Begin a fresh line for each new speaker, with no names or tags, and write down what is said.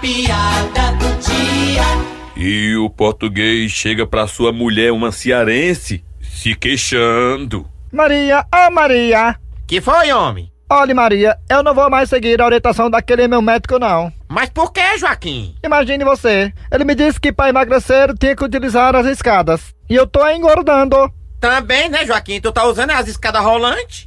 piada do dia.
E o português chega pra sua mulher, uma cearense, se queixando.
Maria, ô Maria!
Que foi, homem?
Olha, Maria, eu não vou mais seguir a orientação daquele meu médico, não.
Mas por que, Joaquim?
Imagine você. Ele me disse que para emagrecer tinha que utilizar as escadas. E eu tô engordando.
Também, né, Joaquim? Tu tá usando as escadas rolantes?